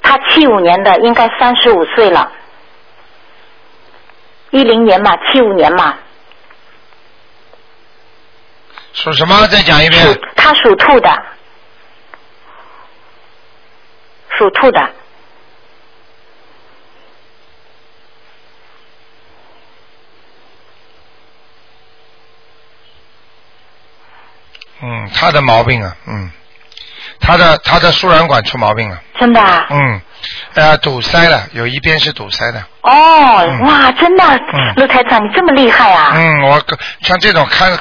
他七五年的，应该三十五岁了，一零年嘛，七五年嘛，
属什么？再讲一
属
遍。
他属兔的，属兔的，
嗯，他的毛病啊，嗯，他的他的输卵管出毛病了，
真的啊？
嗯，呃，堵塞了，有一边是堵塞的。
哦，哇，真的啊
嗯，
陆台长，你这么厉害啊！
嗯，我个像这种看，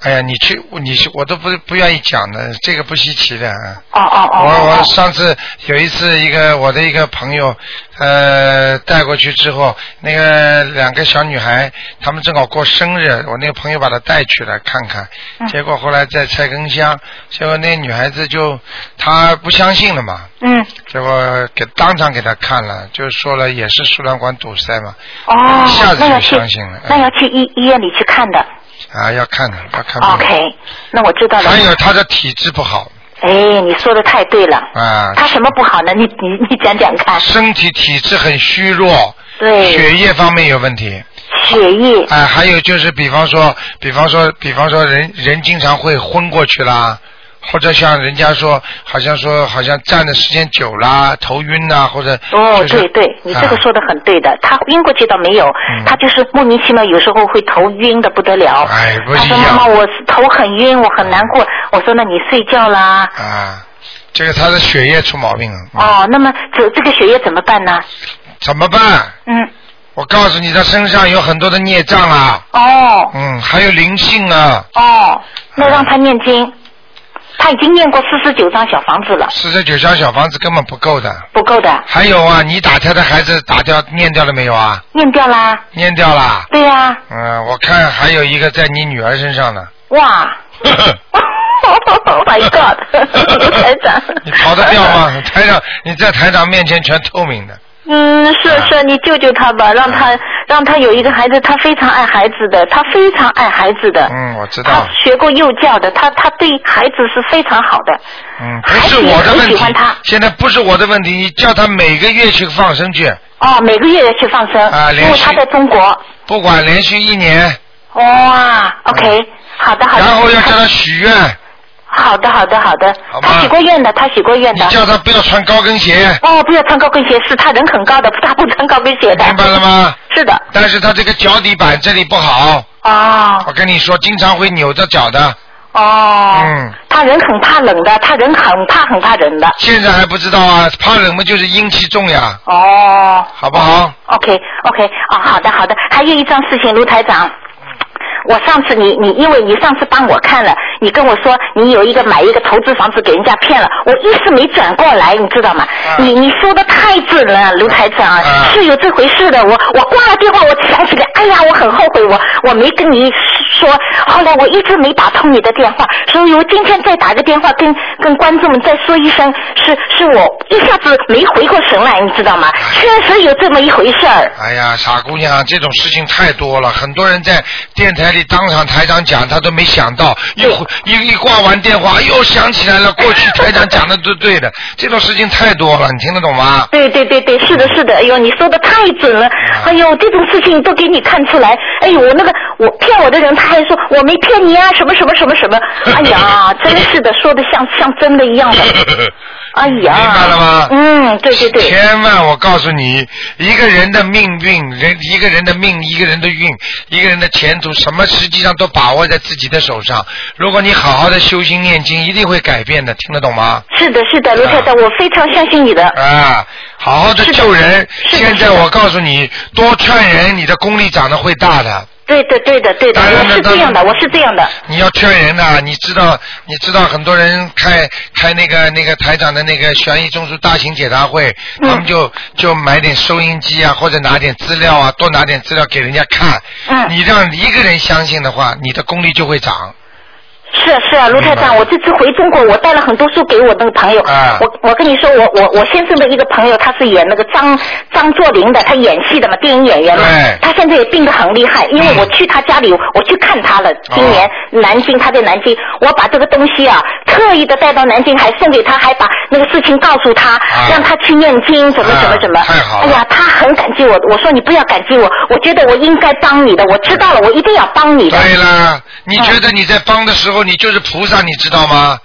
哎呀，你去，你去，我都不不愿意讲的，这个不稀奇的。啊。
哦哦哦，
我
哦
我上次有一次，一个我的一个朋友，呃，带过去之后，那个两个小女孩，她们正好过生日，我那个朋友把她带去了看看，
嗯
结果后来在菜根香，结果那女孩子就她不相信了嘛，
嗯，
结果给当场给她看了，就说了也是输卵管堵塞嘛，
哦
一下，子
那要
就
去
相信了，
那要
嗯
去医医院里去看的。
啊，要看的，要看病。
OK，那我知道了。
还有他的体质不好
哎，你说的太对了。
啊，
他什么不好呢？你你你讲讲看。
身体体质很虚弱，
对，
血液方面有问题。
血液
啊，还有就是比方说，比方说，比方说人人经常会昏过去啦，或者像人家说，好像说好像站的时间久啦，头晕呐、或者
哦，
就是
对对，你这个
啊嗯
说的很对的。他晕过去倒没有，他就是莫名其妙，有时候会头晕的不得了。
哎不
他
一
说：“妈妈，
样
我头很晕，我很难过。”我说：“那你睡觉啦。
啊，这个他的血液出毛病了，”嗯
哦，那么这这个血液怎么办呢？
怎么办？
嗯，
我告诉你，他身上有很多的孽障啊，
哦
嗯，还有灵性啊，
哦，那让他念经。他已经念过四十九张小房子了，
四十九张小房子根本不够的。
不够的，
还有啊，你打掉的孩子打掉念掉了没有啊？
念掉啦。
念掉啦。
对呀、
嗯，我看还有一个在你女儿身上呢。
哇，Oh my God，卢台长，
你逃得掉？ 吗？台长，你在台长面前全透明的。
嗯，是
啊
是，你救救他
嗯
吧，让他让他有一个孩子，他非常爱孩子的，他非常爱孩子的，
嗯，我知
他
道。
学过幼教的，他他对孩子是非常好的，
嗯，不是我的
孩子
问
也很喜
题
欢他。
现在不是我的问题，你叫他每个月去放生去，
哦，每个月去放生，
啊连
因为他
续
在中国，
不管连续一年，
哇，OK，、好的好的，
嗯然后要叫他许愿，
好的好的好的，
好吧
他许过愿的，他许过愿
你
的，
叫他不要穿高跟鞋，
哦，不要穿高跟鞋，是他人很高的，他不穿高跟鞋的，
明白了？吗？
是的，
但是他这个脚底板这里不好，
哦
我跟你说，经常会扭着脚的。
哦，
嗯，
他人很怕冷的，他人很怕很怕冷的。
现在还不知道啊，怕冷嘛就是阴气重呀，
哦
好不好？
，OK OK，哦，好的好的，还有一桩事情，卢台长。我上次你你因为你上次帮我看了，你跟我说你有一个买一个投资房子给人家骗了，我一时没转过来，你知道吗？
啊
你你说的太准了，卢台长，
啊
是有这回事的。我我挂了电话，我想起来，哎呀，我很后悔，我我没跟你说。后来我一直没打通你的电话，所以我今天再打个电话跟跟观众们再说一声，是是我一下子没回过神来，你知道吗？
啊
确实有这么一回事儿。
哎呀，傻姑娘，这种事情太多了，很多人在电台里当场台长讲，他都没想到，一会一一挂完电话，又想起来了，过去台长讲的都对的， 这种事情太多了，你听得懂吗？
对对对对，是的，是的，
嗯
哎呦，你说的太准了，
啊
哎呦，这种事情都给你看出来，哎呦，我那个我骗我的人，他还说我没骗你啊，什么什么什么 什么，哎呀，真是的，说的像像真的一样的，哎呀，
明白了吗
嗯，对对对，
千万，我告诉你，一个人的命运，人一个人的命，一个人的运，一个人的前途，什么实际上都把握在自己的手上。如果你好好的修心念经，一定会改变的，听得懂吗？
是的，是的，卢太太，我非常相信你的，
啊，好好的
是的
救人。
是的
现在
是的
我告诉你，多劝人，你的功力长得会大的。
对的，对的，对的，
当然
我
了
是这样的，我是这样的，
你要劝人呐、你知道，你知道很多人开开那个那个台长的那个悬疑综述大型解答会，
嗯
他们就就买点收音机啊，或者拿点资料啊，多拿点资料给人家看。
嗯
你让一个人相信的话，你的功力就会长。
是啊是啊，卢太
明白
长，我这次回中国，我带了很多书给我那个朋友。
啊
我我跟你说，我我我先生的一个朋友，他是演那个张张作霖的，他演戏的嘛，电影演员嘛
对。
他现在也病得很厉害，因为
嗯
我去他家里，我去看他了。今年
哦
南京，他在南京，我把这个东西啊，特意的带到南京，还送给他，还把那个事情告诉他，让他去念经，怎么怎么怎么。
啊啊太好
哎
了
呀，他很感激我，我说你不要感激我，我觉得我应该帮你的，我知道了，我一定要帮你的。
对啦， 你觉得你在帮的时候，你就是菩萨，你知 道吗？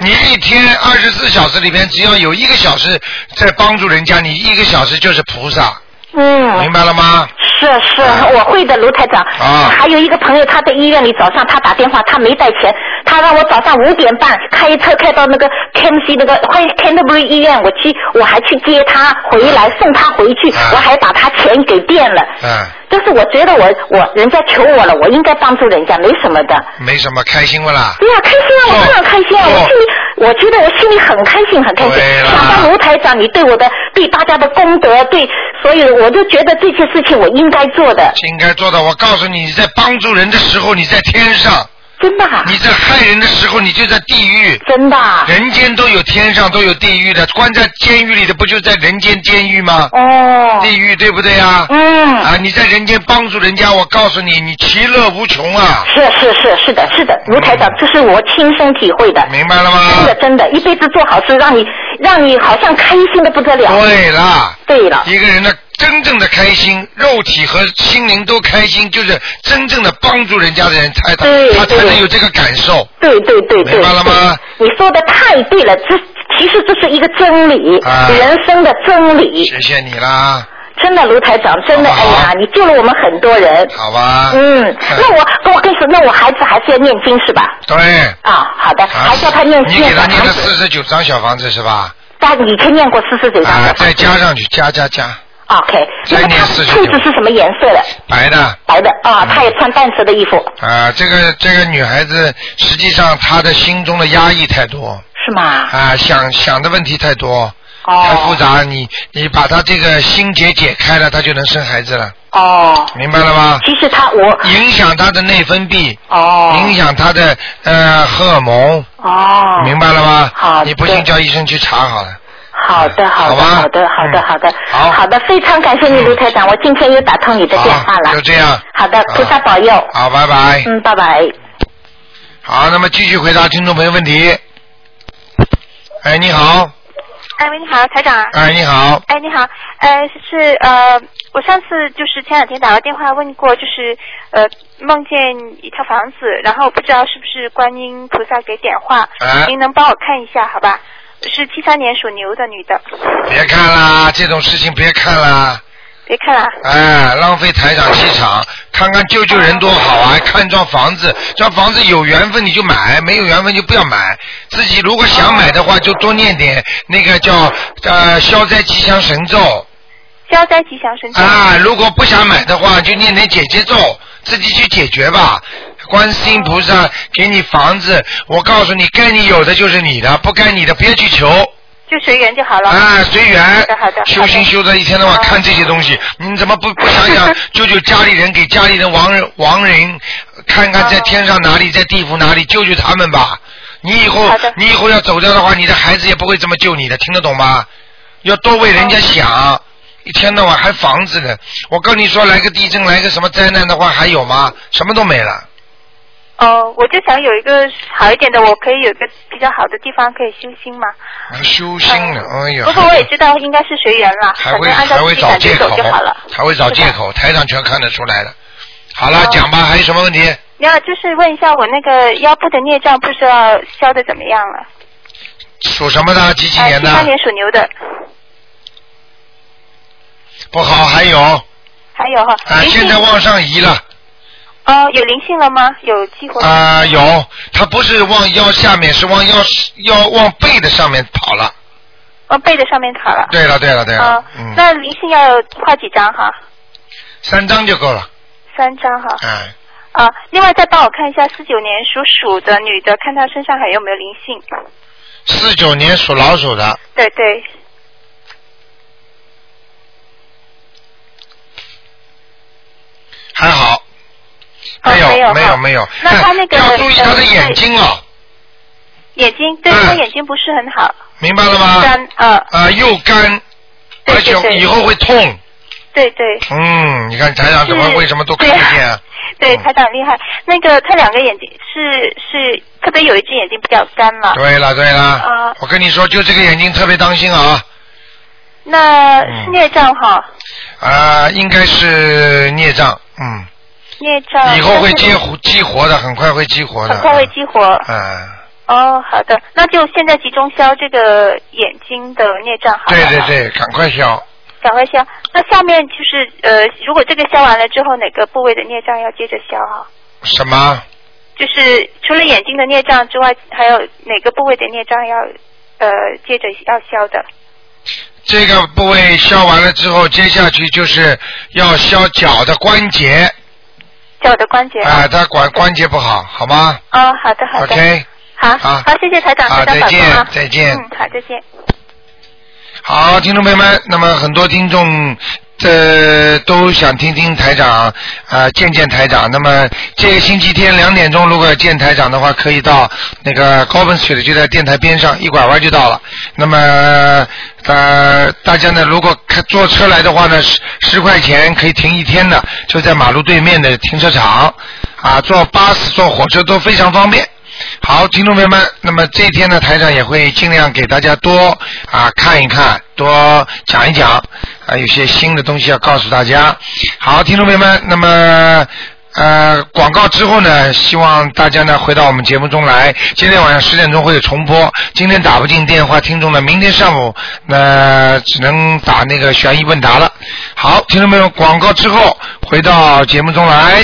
你一天二十四小时里边，只要有一个小时在帮助人家，你一个小时就是菩萨，
嗯。
明白了吗？
是是
啊，
我会的，卢台长。
啊
还有一个朋友，他在医院里早上他打电话，他没带钱，他让我早上五点半开车开到那个 KMC 那个 Canterbury 医院，我去我还去接他回来，送他回去，
啊
我还把他钱给垫了。
嗯，
就是我觉得我我人家求我了，我应该帮助人家，没什么的。
没什么，开心不啦？
对呀、开心啊，我当然开心啊，
哦
我心里我觉得我心里很开心，很开心
对。啦
想到卢台长，你对我的对大家的功德，对，所以我就觉得这些事情我应该做的。
应该做到。我告诉你，你在帮助人的时候，你在天上，
真的啊，
你在害人的时候，你就在地狱。
真的啊，
人间都有天上都有地狱的，关在监狱里的不就在人间监狱吗？
哦，
地狱对不对啊？
嗯，
啊，你在人间帮助人家，我告诉你，你其乐无穷啊！嗯
是是是是的，是的，卢台长，这是我亲身体会的，
明白了
真的
吗？
真的，一辈子做好事，让你让你好像开心的不得了。
对啦，
对了，
一个人的真正的开心，肉体和心灵都开心，就是真正的帮助人家的人才，他
对
他才
对
能有这个感受。
对对对对，
明白了吗
对？你说的太对了，这其实这是一个真理，
啊
人生的真理。
谢谢你啦，
真的，卢台长，真的，
好不好啊
哎呀，你救了我们很多人。
好吧？
嗯，那我我跟你说，那我孩子还是要念经是吧？
对。
啊，好的，
啊
还叫他念
你
念
给
小
他念
房
了
子
四。十九张小房子是吧？
但你以前念过四十九章
啊
的，
再加上去，加加加，
OK，
再
那么
念
他
49
裤子是什么颜色的？
白的。
白的啊，
嗯
他也穿淡色的衣服，
啊，这个这个女孩子，实际上她的心中的压抑太多，
是吗？
啊，想想的问题太多，太复
哦
杂。你你把她这个心结解开了，她就能生孩子了，
哦，
明白了吗？
其实他我
影响她的内分泌，
哦
影响她的呃荷尔蒙，
哦，
明白了吗？
好
你不信
的
叫医生去查好了。
好的，好
嗯好
的，
吧
好的，好的，
嗯
好的，
好
好的，非常感谢你，
嗯
卢台长，我今天又打通你的电话
好，
了
就。这样。
好的，菩萨
啊
保佑。
好，拜拜。
嗯，拜拜。
好，那么继续回答听众朋友问题。哎，你好，
哎喂，你好，台长。
哎，你好，
哎，你好，呃，是呃，我上次就是前两天打个电话问过，就是呃，梦见一套房子，然后不知道是不是观音菩萨给点化，
哎，
您能帮我看一下好吧？是七三年属牛的女的，
别看啦，这种事情别看啦，
别看了，
哎，浪费台长气场，看看救救人多好啊！看幢房子，只要房子有缘分你就买，没有缘分就不要买。自己如果想买的话，就多念点那个叫呃消灾吉祥神咒
消灾吉祥神咒。
啊。如果不想买的话，就念点姐姐咒，自己去解决吧。观世音菩萨给你房子，我告诉你，该你有的就是你的，不该你的别去求。
就随缘就好了。
啊，随
好
缘
的好的。哦
修行修的一天到晚看这些东西，你怎么不不想 想救救家里人，给家里人亡人亡人，看看在天上哪里，在地府哪里，救救他们吧。你以后
哦好的
你以后要走掉的话，你的孩子也不会这么救你的，听得懂吗？要多为
哦
人家想。一天到晚还房子呢，我跟你说，来个地震，来个什么灾难的话，还有吗？什么都没了。
哦，我就想有一个好一点的，我可以有一个比较好的地方可以修心嘛。
还修心呢，哎呀！
不过我也知道应该是随缘了，
还
反
会
正按
还
照自
会
己
找
感觉
借
走
口
就好了，。
还会找借口，台上全看得出来的。好了，讲吧，还有什么问题？
你要就是问一下我那个腰部的孽障，不知道消的怎么样了？
属什么的？几几
哎，
年
七三
的？
年属牛的，
不好，还有啊，
还有哈，灵
现
性
在往上移了
哦，有灵性了吗？有激活？
啊，有，它不是往腰下面，是往腰腰往背的上面跑了。
哦，背的上面卡了。
对了，对了，对了
哦，，
嗯，
那灵性要画几张哈？
三张就够了，
哦三张哈。
哎，
啊，另外再帮我看一下四九年属鼠的女的，看她身上还有没有灵性。
四九年属老鼠的，
对对，
还好，
哦
没
没有
没有
哈
没有，
那他那个
哎要注意他的
呃
眼睛哦，
眼睛，对
嗯
她眼睛不是很好，
明白了吗？
干，呃，
啊，又干，
对
而且
对对
以后会痛。
对对
嗯，你看台长怎么
是
为什么都看不见啊？
对，
嗯
台长厉害。那个她两个眼睛是是，特别有一只眼睛比较干嘛，
对了对了
啊，
我跟你说，就这个眼睛特别当心啊，
那
嗯
是孽障哈，
啊，应该是孽障，嗯，
孽障
以后
呃
会
但是
激活激活的，很快会激活的，
很快会激活。
嗯，
哦，好的，那就现在集中消这个眼睛的孽障好了。
对对，对，赶快消，
赶快消。那下面就是呃，如果这个消完了之后，哪个部位的孽障要接着消哈？
什么？
就是除了眼睛的孽障之外，还有哪个部位的孽障要呃接着要消的？
这个部位消完了之后，接下去就是要消脚的关节
脚的关节。
啊，他管关节不好，好吗
哦，好的好的。
？OK，
好，
好
好，谢谢台长，
好
台长保重
再见
啊，
再见
嗯，好，再见。
好，听众朋友们，那么很多听众呃都想听听台长啊、呃见见台长。那么这个星期天两点钟如果见台长的话，可以到那个高分水的就在电台边上，一拐弯就到了。那么呃大家呢，如果开坐车来的话呢，十十块钱可以停一天的，就在马路对面的停车场啊，坐巴士、坐火车都非常方便。好，听众朋友们，那么这一天呢，台长也会尽量给大家多啊看一看，多讲一讲啊，有些新的东西要告诉大家。好，听众朋友们，那么呃广告之后呢，希望大家呢回到我们节目中来。今天晚上十点钟会有重播，今天打不进电话听众呢，明天上午那、只能打那个悬疑问答了。好，听众朋友们，广告之后回到节目中来。